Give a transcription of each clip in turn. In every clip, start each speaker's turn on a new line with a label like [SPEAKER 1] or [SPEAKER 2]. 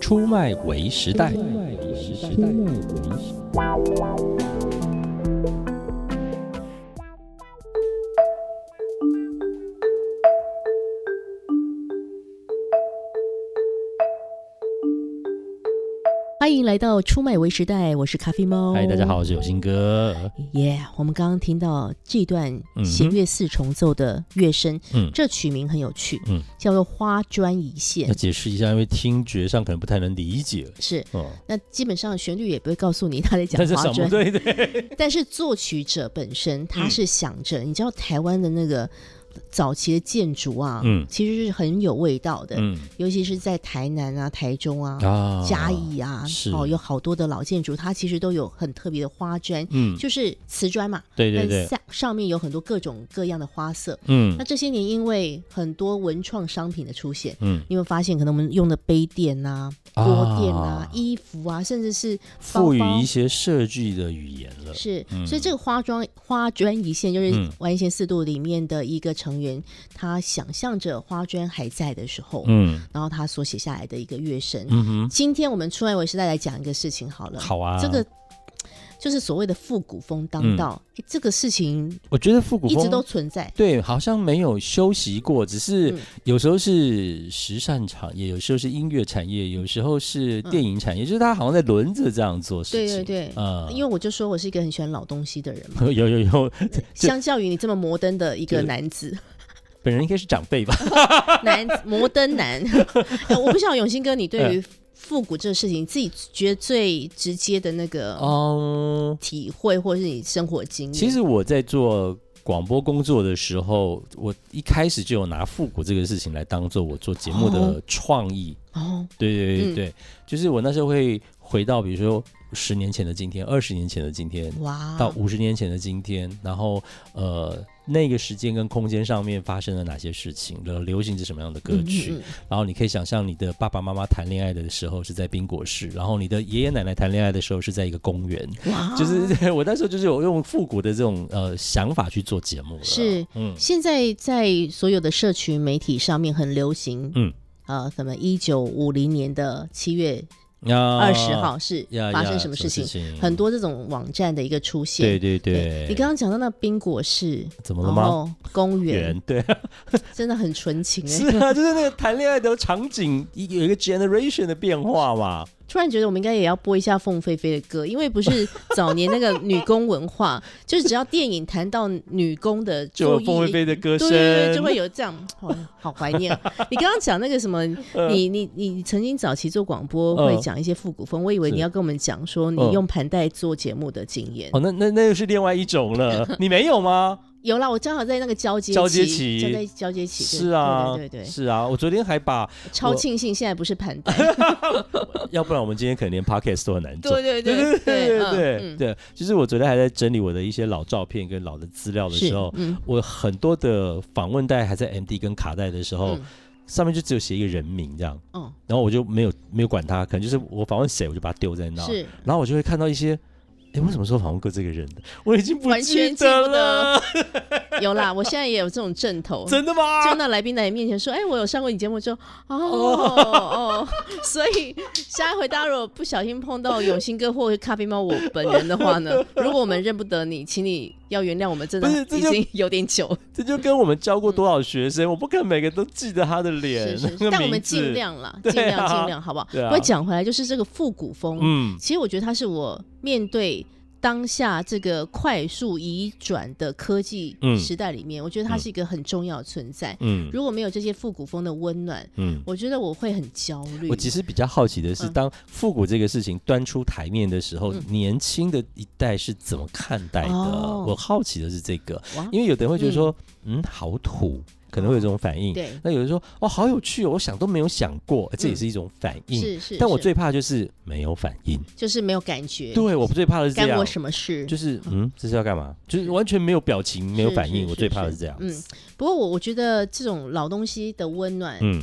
[SPEAKER 1] 出卖为时代。
[SPEAKER 2] 欢迎来到出卖为时代，我是咖啡猫。
[SPEAKER 1] 嗨，大家好，我是有心哥。
[SPEAKER 2] 耶、我们刚刚听到这段弦乐四重奏的乐声，
[SPEAKER 1] 嗯
[SPEAKER 2] 这曲名很有趣，
[SPEAKER 1] 嗯
[SPEAKER 2] 叫做《花砖一
[SPEAKER 1] 要
[SPEAKER 2] 线》。
[SPEAKER 1] 解释一下，因为听觉上可能不太能理解。
[SPEAKER 2] 是，
[SPEAKER 1] 哦，
[SPEAKER 2] 那基本上旋律也不会告诉你他在讲
[SPEAKER 1] 但是
[SPEAKER 2] 花
[SPEAKER 1] 什么？嗯
[SPEAKER 2] 砖，
[SPEAKER 1] 对对，
[SPEAKER 2] 但是作曲者本身他是想着，你知道台湾的那个早期的建筑啊，
[SPEAKER 1] 嗯
[SPEAKER 2] 其实是很有味道的，
[SPEAKER 1] 嗯
[SPEAKER 2] 尤其是在台南啊、台中啊、
[SPEAKER 1] 啊
[SPEAKER 2] 嘉义啊，
[SPEAKER 1] 是
[SPEAKER 2] 哦，有好多的老建筑，它其实都有很特别的花砖，
[SPEAKER 1] 嗯，
[SPEAKER 2] 就是瓷砖嘛，
[SPEAKER 1] 对对
[SPEAKER 2] 但
[SPEAKER 1] 对，
[SPEAKER 2] 上上面有很多各种各样的花色。
[SPEAKER 1] 嗯
[SPEAKER 2] 那这些年，因为很多文创商品的出现，
[SPEAKER 1] 嗯，
[SPEAKER 2] 你有没有发现，可能我们用的杯垫呐、
[SPEAKER 1] 啊
[SPEAKER 2] 锅垫呐、衣服啊，甚至是包包
[SPEAKER 1] 赋予一些设计的语言了。
[SPEAKER 2] 是，
[SPEAKER 1] 嗯
[SPEAKER 2] 所以这个花砖花砖一线就是
[SPEAKER 1] 嗯
[SPEAKER 2] 《完线四度》里面的一个成员，他想象着花砖还在的时候，
[SPEAKER 1] 嗯
[SPEAKER 2] 然后他所写下来的一个乐声。
[SPEAKER 1] 嗯
[SPEAKER 2] 今天我们出来为时代来讲一个事情好了，
[SPEAKER 1] 哼，好啊。
[SPEAKER 2] 这个就是所谓的复古风当道，诶这个事情
[SPEAKER 1] 我觉得复嗯古
[SPEAKER 2] 一
[SPEAKER 1] 风
[SPEAKER 2] 直都存在。
[SPEAKER 1] 对，好像没有休息过，只是
[SPEAKER 2] 嗯
[SPEAKER 1] 有时候是时尚产业，有时候是音乐产业，有时候是电影产业，就是它好像在轮着这样做事
[SPEAKER 2] 嗯对
[SPEAKER 1] 情。
[SPEAKER 2] 对对，
[SPEAKER 1] 啊，
[SPEAKER 2] 因为我就说我是一个很喜欢老东西的人嘛，
[SPEAKER 1] 有有有，
[SPEAKER 2] 相较于你这么摩登的一
[SPEAKER 1] 就
[SPEAKER 2] 个
[SPEAKER 1] 是
[SPEAKER 2] 男子，
[SPEAKER 1] 本人应该是长辈吧？
[SPEAKER 2] 男子摩 登男，哎我不晓得永兴哥，你对于
[SPEAKER 1] 嗯
[SPEAKER 2] 复古这个事情，你自己觉得最直接的那个
[SPEAKER 1] 嗯，
[SPEAKER 2] 体会，或是你生活经验？
[SPEAKER 1] 其实我在做广播工作的时候，我一开始就有拿复古这个事情来当做我做节目的
[SPEAKER 2] 哦
[SPEAKER 1] 创意。
[SPEAKER 2] 哦，
[SPEAKER 1] 对对对
[SPEAKER 2] 嗯
[SPEAKER 1] 对，就是我那时候会回到，比如说十年前的今天，二十年前的今天，
[SPEAKER 2] 哇，
[SPEAKER 1] 到五十年前的今天，然后呃那个时间跟空间上面发生了哪些事情，流流行是什么样的歌曲，
[SPEAKER 2] 嗯嗯
[SPEAKER 1] 然后你可以想象你的爸爸妈妈谈恋爱的时候是在冰果室，然后你的爷爷奶奶谈恋爱的时候是在一个公园，
[SPEAKER 2] 嗯哇，
[SPEAKER 1] 就是 我那时候就是有用复古的这种呃想法去做节目了，
[SPEAKER 2] 是
[SPEAKER 1] 嗯
[SPEAKER 2] 现在在所有的社群媒体上面很流行，
[SPEAKER 1] 嗯，
[SPEAKER 2] 呃，什么一九五零年的七月
[SPEAKER 1] 那
[SPEAKER 2] 二十号是
[SPEAKER 1] 啊呀
[SPEAKER 2] 发
[SPEAKER 1] 呀
[SPEAKER 2] 生什么事情？
[SPEAKER 1] 情
[SPEAKER 2] 很多这种网站的一个出现，
[SPEAKER 1] 对对对，
[SPEAKER 2] 你刚哦刚讲到那冰果室，
[SPEAKER 1] 怎么了
[SPEAKER 2] 然
[SPEAKER 1] 吗？
[SPEAKER 2] 后公园
[SPEAKER 1] 园，对，啊
[SPEAKER 2] 真的很纯情哎、
[SPEAKER 1] 是啊，就是那个谈恋爱的场景，一有一个 generation 的变化嘛。
[SPEAKER 2] 突然觉得我们应该也要播一下凤飞飞的歌，因为不 是早年那个女工文化，就是只要电影谈到女工的
[SPEAKER 1] 就
[SPEAKER 2] 注
[SPEAKER 1] 有
[SPEAKER 2] 意，
[SPEAKER 1] 凤飞
[SPEAKER 2] 对
[SPEAKER 1] 飞的歌
[SPEAKER 2] 对
[SPEAKER 1] 声，
[SPEAKER 2] 对，就会有 这样，好好怀念啊。你刚刚讲那个什么，你你你曾经早期做广播
[SPEAKER 1] 嗯
[SPEAKER 2] 会讲一些复古风，我以为
[SPEAKER 1] 是
[SPEAKER 2] 你要跟我们讲说你
[SPEAKER 1] 嗯
[SPEAKER 2] 用盘带做节目的经验。
[SPEAKER 1] 哦，那那那又是另外一种了。 你没有吗？
[SPEAKER 2] 有啦，我正好在那个交接
[SPEAKER 1] 交接
[SPEAKER 2] 期，
[SPEAKER 1] 期
[SPEAKER 2] 交在交接期，对
[SPEAKER 1] 是啊，
[SPEAKER 2] 对对对对，
[SPEAKER 1] 是啊。我昨天还把，
[SPEAKER 2] 超
[SPEAKER 1] 我
[SPEAKER 2] 庆幸现在不是盘带。
[SPEAKER 1] 要不然我们今天可能连 podcast 都很难做。
[SPEAKER 2] 对对对
[SPEAKER 1] 对
[SPEAKER 2] 嗯
[SPEAKER 1] 对
[SPEAKER 2] 嗯
[SPEAKER 1] 对，就是我昨天还在整理我的一些老照片跟老的资料的
[SPEAKER 2] 是
[SPEAKER 1] 时候，
[SPEAKER 2] 嗯
[SPEAKER 1] 我很多的访问带还在 MD 跟卡带的时候，
[SPEAKER 2] 嗯
[SPEAKER 1] 上面就只有写一个人名这样，
[SPEAKER 2] 哦，
[SPEAKER 1] 然后我就没有没有管他，可能就是我访问谁我就把它丢在那，
[SPEAKER 2] 哦是
[SPEAKER 1] 然后我就会看到一些。哎，我什么时候访问过这个人的？我已经不
[SPEAKER 2] 完
[SPEAKER 1] 记
[SPEAKER 2] 全记不
[SPEAKER 1] 了，。
[SPEAKER 2] 有啦，我现在也有这种阵头
[SPEAKER 1] 真的吗？
[SPEAKER 2] 就到来宾在你面前说：“哎、我有上过你节目。”就 哦哦，所以下一回大家如果不小心碰到永兴哥或者咖啡猫我本人 的话呢，如果我们认不得你，请你要原谅我们，真的
[SPEAKER 1] 不是这
[SPEAKER 2] 已
[SPEAKER 1] 就
[SPEAKER 2] 经有点久了。
[SPEAKER 1] 这就跟我们教过多少学生，我不可能每个都记得他的脸
[SPEAKER 2] 嗯是是，
[SPEAKER 1] 那
[SPEAKER 2] 是，
[SPEAKER 1] 个
[SPEAKER 2] 但我们
[SPEAKER 1] 名字
[SPEAKER 2] 尽，量啦，
[SPEAKER 1] 对
[SPEAKER 2] 尽
[SPEAKER 1] 啊
[SPEAKER 2] 量尽量，好不好？
[SPEAKER 1] 对啊
[SPEAKER 2] 不过讲回来，就是这个复古风，
[SPEAKER 1] 嗯，
[SPEAKER 2] 其实我觉得它是我面对当下这个快速移转的科技
[SPEAKER 1] 嗯
[SPEAKER 2] 时代里面，我觉得它是一个很重要的存在。
[SPEAKER 1] 嗯
[SPEAKER 2] 如果没有这些复古风的温暖，
[SPEAKER 1] 嗯。
[SPEAKER 2] 我觉得我会很焦虑。
[SPEAKER 1] 我其实比较好奇的是，
[SPEAKER 2] 嗯
[SPEAKER 1] 当复古这个事情端出台面的时候，
[SPEAKER 2] 嗯
[SPEAKER 1] 年轻的一代是怎么看待的？
[SPEAKER 2] 哦
[SPEAKER 1] 我好奇的是这个，
[SPEAKER 2] 哇，
[SPEAKER 1] 因为有的人会觉得说，嗯好土，可能会有这种反应。
[SPEAKER 2] 对，嗯
[SPEAKER 1] 那有人说，哦，好有趣哦，我想都没有想过，哎这也是一种反应。
[SPEAKER 2] 是是，
[SPEAKER 1] 但我
[SPEAKER 2] 是
[SPEAKER 1] 最怕就是没有反应。
[SPEAKER 2] 就是没有感觉，
[SPEAKER 1] 对，我最怕的是这
[SPEAKER 2] 干
[SPEAKER 1] 样
[SPEAKER 2] 我，什么事？
[SPEAKER 1] 就是嗯，这是要干嘛？就是完全没有表情，没有
[SPEAKER 2] 是
[SPEAKER 1] 反应，
[SPEAKER 2] 是
[SPEAKER 1] 我
[SPEAKER 2] 是
[SPEAKER 1] 最怕的
[SPEAKER 2] 是
[SPEAKER 1] 是这样。
[SPEAKER 2] 嗯，不过我我觉得这种老东西的温暖，
[SPEAKER 1] 嗯，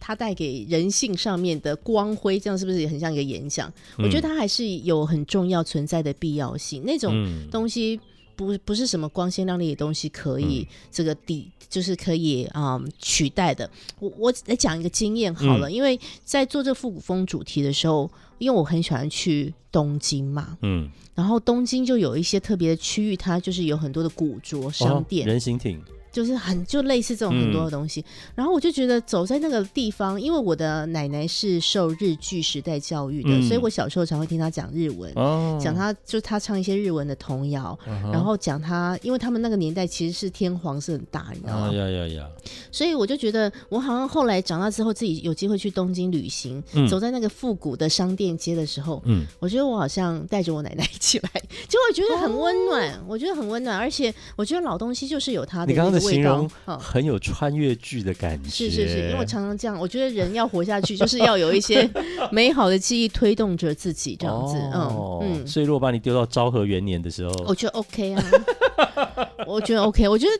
[SPEAKER 2] 它带给人性上面的光辉，这样是不是也很像一个
[SPEAKER 1] 嗯
[SPEAKER 2] 演讲？我觉得它还是有很重要存在的必要性。那种
[SPEAKER 1] 嗯
[SPEAKER 2] 东西不不是什么光鲜亮丽的东西可以这个抵，就是可以啊、嗯取代的。我我来讲一个经验好
[SPEAKER 1] 嗯
[SPEAKER 2] 了，因为在做这复古风主题的时候，因为我很喜欢去东京嘛，
[SPEAKER 1] 嗯，
[SPEAKER 2] 然后东京就有一些特别的区域，它就是有很多的古着商店，
[SPEAKER 1] 哦、人嗯形艇，
[SPEAKER 2] 就是很就类似这种很多的东西。然后我就觉得走在那个地方，因为我的奶奶是受日剧时代教育的，
[SPEAKER 1] 嗯
[SPEAKER 2] 所以我小时候常会听她讲日文，
[SPEAKER 1] 哦，
[SPEAKER 2] 讲她就她唱一些日文的童谣，
[SPEAKER 1] 嗯哼，
[SPEAKER 2] 然后讲她，因为他们那个年代其实是天皇是很大，你知道吗？
[SPEAKER 1] 啊呀呀呀，
[SPEAKER 2] 所以我就觉得我好像后来长大之后，自己有机会去东京旅行，
[SPEAKER 1] 嗯
[SPEAKER 2] 走在那个复古的商店街的时候，
[SPEAKER 1] 嗯，
[SPEAKER 2] 我觉得我好像带着我奶奶一起来，就我觉得很温暖，我觉得很温暖，而且我觉得老东西就是有嗯它的
[SPEAKER 1] 哦你刚刚
[SPEAKER 2] 那
[SPEAKER 1] 的
[SPEAKER 2] 个
[SPEAKER 1] 形
[SPEAKER 2] 味道嗯
[SPEAKER 1] 容。很有穿越剧的感觉，
[SPEAKER 2] 是是是，因为我常常这样，我觉得人要活下去，就是要有一些 美好的记忆推动着自己，这样子，
[SPEAKER 1] 哦
[SPEAKER 2] 嗯嗯，
[SPEAKER 1] 所以如果把你丢到昭和元年的时候，
[SPEAKER 2] 我觉得 OK 啊， 我觉得 OK，我觉得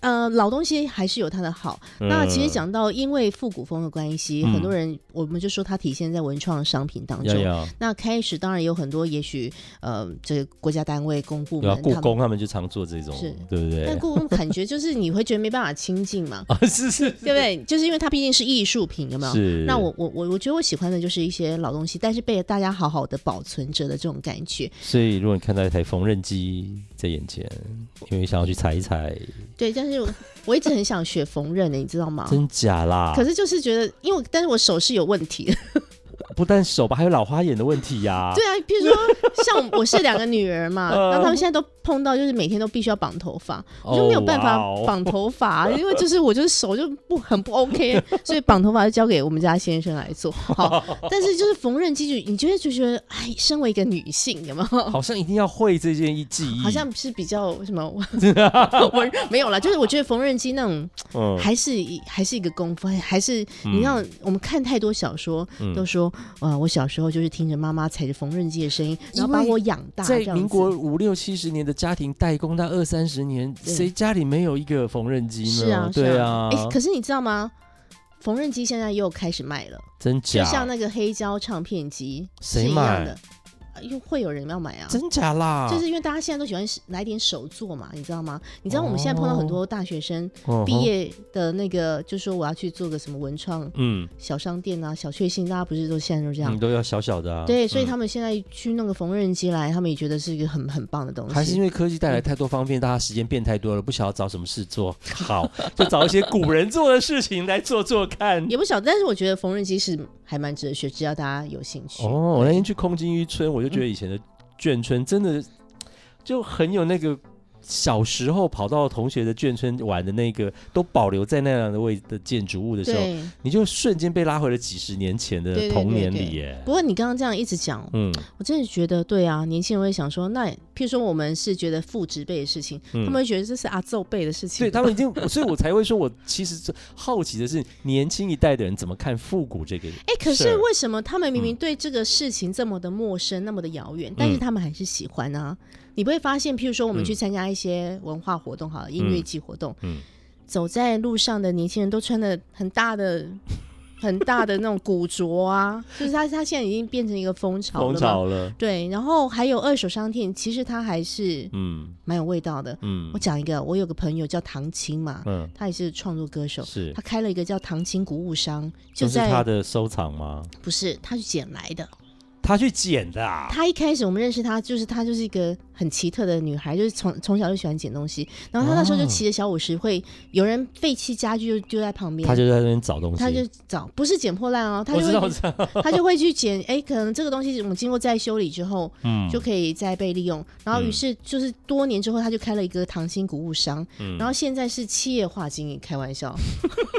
[SPEAKER 2] 呃老东西还是有它的好，那其实
[SPEAKER 1] 嗯
[SPEAKER 2] 讲到因为复古风的关系，
[SPEAKER 1] 嗯
[SPEAKER 2] 很多人我们就说它体现在文创商品当
[SPEAKER 1] 呀
[SPEAKER 2] 中。
[SPEAKER 1] 呀，
[SPEAKER 2] 那开始当然有很多，也许呃，这个国家单位、公部
[SPEAKER 1] 对啊，
[SPEAKER 2] 门，
[SPEAKER 1] 故
[SPEAKER 2] 他们
[SPEAKER 1] 宫他们就常做这种
[SPEAKER 2] 是，
[SPEAKER 1] 对不对？，
[SPEAKER 2] 但故宫感觉就是你会觉得没办法亲近嘛
[SPEAKER 1] 啊， 是是
[SPEAKER 2] 对不对？就是因为它毕竟是艺术品，有没有？
[SPEAKER 1] 是，
[SPEAKER 2] 那我我我我觉得我喜欢的就是一些老东西，但是被大家好好的保存着的这种感觉。
[SPEAKER 1] 所以如果你看到一台缝纫机在眼前，你会想要去踩一踩，
[SPEAKER 2] 对，但是我我一直很想学缝纫的，你知道吗？
[SPEAKER 1] 真假啦？
[SPEAKER 2] 啊可是就是觉得，因为但是我手是有问题的，
[SPEAKER 1] 不但手吧，还有老花眼的问题呀、
[SPEAKER 2] 对啊，比如说像我是两个女儿嘛，
[SPEAKER 1] 嗯
[SPEAKER 2] 那她们现在都碰到就是每天都必须要绑头发，
[SPEAKER 1] 哦
[SPEAKER 2] 我就没有办法
[SPEAKER 1] 哇哦
[SPEAKER 2] 绑头发， 因为就是我就是手就不很不 OK，所以绑头发就交给我们家先生来 做。好，但是就是缝纫机就你就会就觉得，哎，身为一个女性，有没有？
[SPEAKER 1] 好像一定要会这件一技艺，
[SPEAKER 2] 好像是比较什么， 我没有啦，就是我觉得缝纫机那种
[SPEAKER 1] 嗯，
[SPEAKER 2] 还是一还是一个功夫，还还是你让我们看太多小说，
[SPEAKER 1] 嗯
[SPEAKER 2] 都说啊、呃我小时候就是听着妈妈踩着缝纫机的声音，然后把
[SPEAKER 1] 因为
[SPEAKER 2] 我养大。
[SPEAKER 1] 在
[SPEAKER 2] 这样
[SPEAKER 1] 民
[SPEAKER 2] 子
[SPEAKER 1] 国五六七十年的家庭代工，那二三十年，
[SPEAKER 2] 对
[SPEAKER 1] 谁家里没有一个缝纫机呢？
[SPEAKER 2] 是啊，是
[SPEAKER 1] 对
[SPEAKER 2] 哎、可是你知道吗？缝纫机现在又开始卖了，
[SPEAKER 1] 真
[SPEAKER 2] 就
[SPEAKER 1] 假？
[SPEAKER 2] 像那个黑胶唱片机是
[SPEAKER 1] 谁
[SPEAKER 2] 一样
[SPEAKER 1] 买
[SPEAKER 2] 的，呃又会有人要买啊。
[SPEAKER 1] 真假啦？嗯
[SPEAKER 2] 就是因为大家现在都喜欢来点手作嘛，你知道吗？你知道我们现在碰到很
[SPEAKER 1] 哦
[SPEAKER 2] 多大学生
[SPEAKER 1] 嗯哼
[SPEAKER 2] 毕，业的那个，就说我要去做个什么文创
[SPEAKER 1] 嗯，
[SPEAKER 2] 小商店啊、小确幸，大家不是都现在都这样
[SPEAKER 1] 你？都要小小的啊。
[SPEAKER 2] 对，所以他
[SPEAKER 1] 们、
[SPEAKER 2] 们现在去弄个缝纫机来，他们也觉得是一个很很棒的东西。
[SPEAKER 1] 还是因为科技带来太多方便，大家时间变太多了，不晓得找什么事做，好就找一些古人做的事情来做做看。
[SPEAKER 2] 也不晓得，但是我觉得缝纫机是还蛮值得学，只要大家有兴趣。
[SPEAKER 1] 哦，我那天去空津渔村，我就
[SPEAKER 2] 嗯
[SPEAKER 1] 觉得以前的眷村真的就很有那个小时候跑到同学的眷村玩的那个，都保留在那样的位的建筑物的时候，
[SPEAKER 2] 对，
[SPEAKER 1] 你就瞬间被拉回了几十年前
[SPEAKER 2] 对
[SPEAKER 1] 的
[SPEAKER 2] 对
[SPEAKER 1] 童年
[SPEAKER 2] 对对
[SPEAKER 1] 里耶。
[SPEAKER 2] 不过你刚刚这样一直讲，
[SPEAKER 1] 嗯，
[SPEAKER 2] 我真的觉得对啊，年轻人会想说，那譬如说我们是觉得父职辈的事情，
[SPEAKER 1] 嗯
[SPEAKER 2] 他们会觉得这是阿奏辈的事情。
[SPEAKER 1] 对他们已经，所以我才会说，我其实是好奇的是，年轻一代的人怎么看复古这个？
[SPEAKER 2] 哎，可
[SPEAKER 1] 事
[SPEAKER 2] 是
[SPEAKER 1] 儿
[SPEAKER 2] 为什么他们
[SPEAKER 1] 嗯
[SPEAKER 2] 明明对这个事情这么的陌生，那么的遥远，但是他们还是喜欢啊？你不会发现，譬如说我们
[SPEAKER 1] 嗯
[SPEAKER 2] 去参加一些文化活动，好了，音乐季活动，
[SPEAKER 1] 嗯
[SPEAKER 2] 走在路上的年轻人都穿的很大的。 很大的那种古着 啊，就是他他现在已经变成一个风潮了嘛
[SPEAKER 1] 风潮了，
[SPEAKER 2] 对，然后还有二手商店，其实它还是
[SPEAKER 1] 嗯
[SPEAKER 2] 蛮有味道的。
[SPEAKER 1] 嗯
[SPEAKER 2] 我讲一个，我有个朋友叫唐青嘛，
[SPEAKER 1] 嗯，
[SPEAKER 2] 他也是创作歌手，
[SPEAKER 1] 是
[SPEAKER 2] 他，开了一个叫唐青古物商，就
[SPEAKER 1] 这是他
[SPEAKER 2] 在
[SPEAKER 1] 的收藏吗？
[SPEAKER 2] 不是他去捡来的。
[SPEAKER 1] 他去捡的啊，
[SPEAKER 2] 他一开始我们认识他，就是他就是一个很奇特的女孩，就是从从小就喜欢捡东西，然后他那
[SPEAKER 1] 哦
[SPEAKER 2] 时候就骑着小五十会，有人废弃家具就丢在旁边
[SPEAKER 1] 他。就在那边找东西，
[SPEAKER 2] 他就找不是捡破烂哦，他
[SPEAKER 1] 我
[SPEAKER 2] 就
[SPEAKER 1] 知道，我
[SPEAKER 2] 会
[SPEAKER 1] 知道，
[SPEAKER 2] 他就会去捡，哎，可能这个东西我们经过再修理之后，
[SPEAKER 1] 嗯
[SPEAKER 2] 就可以再被利用。然后于是就是多年之后，他就开了一个糖心古物商，
[SPEAKER 1] 嗯
[SPEAKER 2] 然后现在是企业化经营，开玩笑。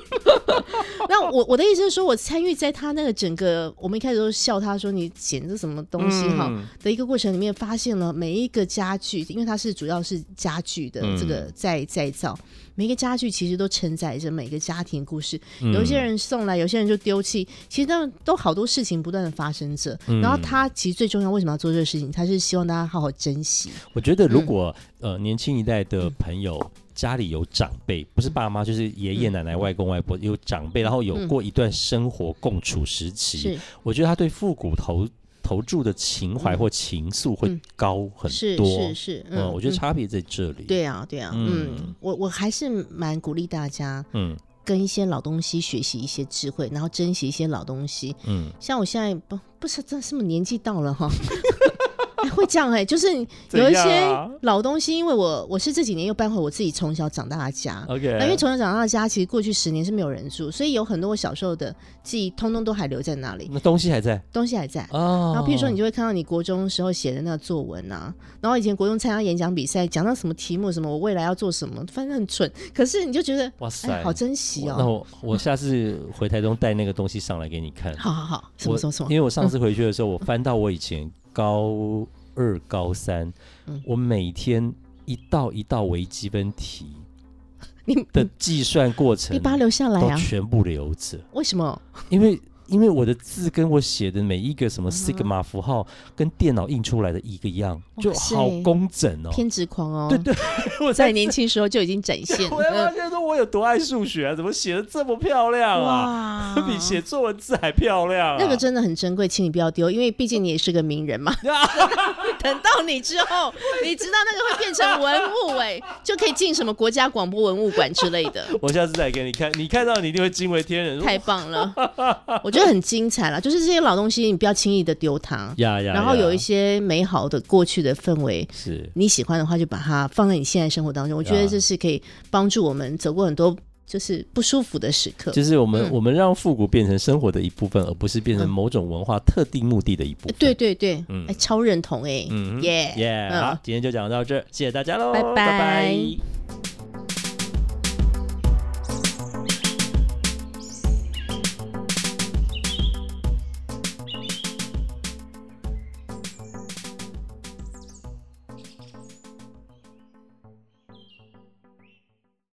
[SPEAKER 2] 那我我的意思是说，我参与在他那个整个，我们一开始都笑他说你捡这什么东西哈、
[SPEAKER 1] 嗯
[SPEAKER 2] 的一个过程里面，发现了每一个家具，因为它是主要是家具的
[SPEAKER 1] 嗯
[SPEAKER 2] 这个再再造，每一个家具其实都承载着每个家庭故事。
[SPEAKER 1] 嗯
[SPEAKER 2] 有一些人送来，有些人就丢弃，其实都都好多事情不断的发生着。
[SPEAKER 1] 嗯
[SPEAKER 2] 然后他其实最重要，为什么要做这个事情？他是希望大家好好珍惜。
[SPEAKER 1] 我觉得如
[SPEAKER 2] 嗯
[SPEAKER 1] 果、呃年轻一代的朋友。家里有长辈，不是爸妈就是爷
[SPEAKER 2] 嗯
[SPEAKER 1] 爷奶奶、外公外婆，有长辈，然后有过一段生活共处时期，
[SPEAKER 2] 是，嗯
[SPEAKER 1] 我觉得他对复古投投注的情怀或情愫会高很
[SPEAKER 2] 是
[SPEAKER 1] 多。
[SPEAKER 2] 是是，
[SPEAKER 1] 嗯，我觉得差别在这里。，
[SPEAKER 2] 对啊对啊，
[SPEAKER 1] 嗯
[SPEAKER 2] 嗯，我我还是蛮鼓励大家
[SPEAKER 1] 嗯
[SPEAKER 2] 跟一些老东西学习一些智慧，然后珍惜一些老东西。
[SPEAKER 1] 嗯，
[SPEAKER 2] 像我现在不不是真的是不是年纪到了哈。 哎会这样哎、就是
[SPEAKER 1] 怎
[SPEAKER 2] 有一
[SPEAKER 1] 样
[SPEAKER 2] 些
[SPEAKER 1] 啊
[SPEAKER 2] 老东西，因为我我是这几年又搬回我自己从小长大的家，
[SPEAKER 1] OK，
[SPEAKER 2] 呃那因为从小长大的家，其实过去十年是没有人住，所以有很多我小时候的记忆，通通都还留在那里，
[SPEAKER 1] 那东西还在
[SPEAKER 2] 东西还在。
[SPEAKER 1] 哦。
[SPEAKER 2] 然后，譬如说，你就会看到你国中时候写的那个作文啊，然后以前国中参加演讲比赛，讲到什么题目，什么我未来要做什么，反正很蠢，可是你就觉得，
[SPEAKER 1] 哇塞，
[SPEAKER 2] 哎，好珍惜
[SPEAKER 1] 那
[SPEAKER 2] 哦。
[SPEAKER 1] 我我下次回台中带那个东西上来给你 看。
[SPEAKER 2] 好好好，什
[SPEAKER 1] 我
[SPEAKER 2] 么什么什么
[SPEAKER 1] 因，为我上次回去的时候，我翻到我以前高二、高三
[SPEAKER 2] 嗯，
[SPEAKER 1] 我每天一道一道微积分题
[SPEAKER 2] 你
[SPEAKER 1] 的计算过程
[SPEAKER 2] 你，把它留下来
[SPEAKER 1] 都哦
[SPEAKER 2] 啊？
[SPEAKER 1] 全部留着，
[SPEAKER 2] 为什么？
[SPEAKER 1] 因为。因为我的字跟我写的每一个什么
[SPEAKER 2] 嗯
[SPEAKER 1] sigma 符号，跟电脑印出来的一个样，
[SPEAKER 2] 哇
[SPEAKER 1] 就
[SPEAKER 2] 塞
[SPEAKER 1] 好工整哦。
[SPEAKER 2] 偏执狂哦，
[SPEAKER 1] 对对， 我
[SPEAKER 2] 在
[SPEAKER 1] 才
[SPEAKER 2] 年轻时候就已经展 现。
[SPEAKER 1] 我才发
[SPEAKER 2] 嗯
[SPEAKER 1] 现说我有多爱数学啊，怎么写的这么漂亮啊？
[SPEAKER 2] 哇
[SPEAKER 1] 比写作文字还漂亮、啊。
[SPEAKER 2] 那个真的很珍贵，请你不要丢，因为毕竟你也是个名 人嘛。等到你之后，你知道那个会变成文物哎、就可以进什么国家广播文物馆之类的，
[SPEAKER 1] 我下次再给你看，你看到你一定会惊为天人。
[SPEAKER 2] 太棒了！我觉得很精彩了， 就是这些老东西，你不要轻易的丢它，
[SPEAKER 1] 呀呀，
[SPEAKER 2] 然后有一
[SPEAKER 1] 些
[SPEAKER 2] 些美好的过去的氛围。
[SPEAKER 1] 是
[SPEAKER 2] 你喜欢的话，就把它放在你现在生活当中。我觉得
[SPEAKER 1] 呀
[SPEAKER 2] 这是可以帮助我们走过很多就是不舒服的时刻。
[SPEAKER 1] 就是我们、
[SPEAKER 2] 嗯
[SPEAKER 1] 我们让复古变成生活的一部分，而不是变成
[SPEAKER 2] 嗯呃
[SPEAKER 1] 某种文化特定目的的一部分。
[SPEAKER 2] 对，对对，
[SPEAKER 1] 嗯
[SPEAKER 2] 哎，超认同哎、
[SPEAKER 1] 嗯哼
[SPEAKER 2] 耶
[SPEAKER 1] 耶、
[SPEAKER 2] 嗯
[SPEAKER 1] 好，今天就讲到这儿，谢谢大家喽，
[SPEAKER 2] 拜
[SPEAKER 1] 拜
[SPEAKER 2] 拜
[SPEAKER 1] 拜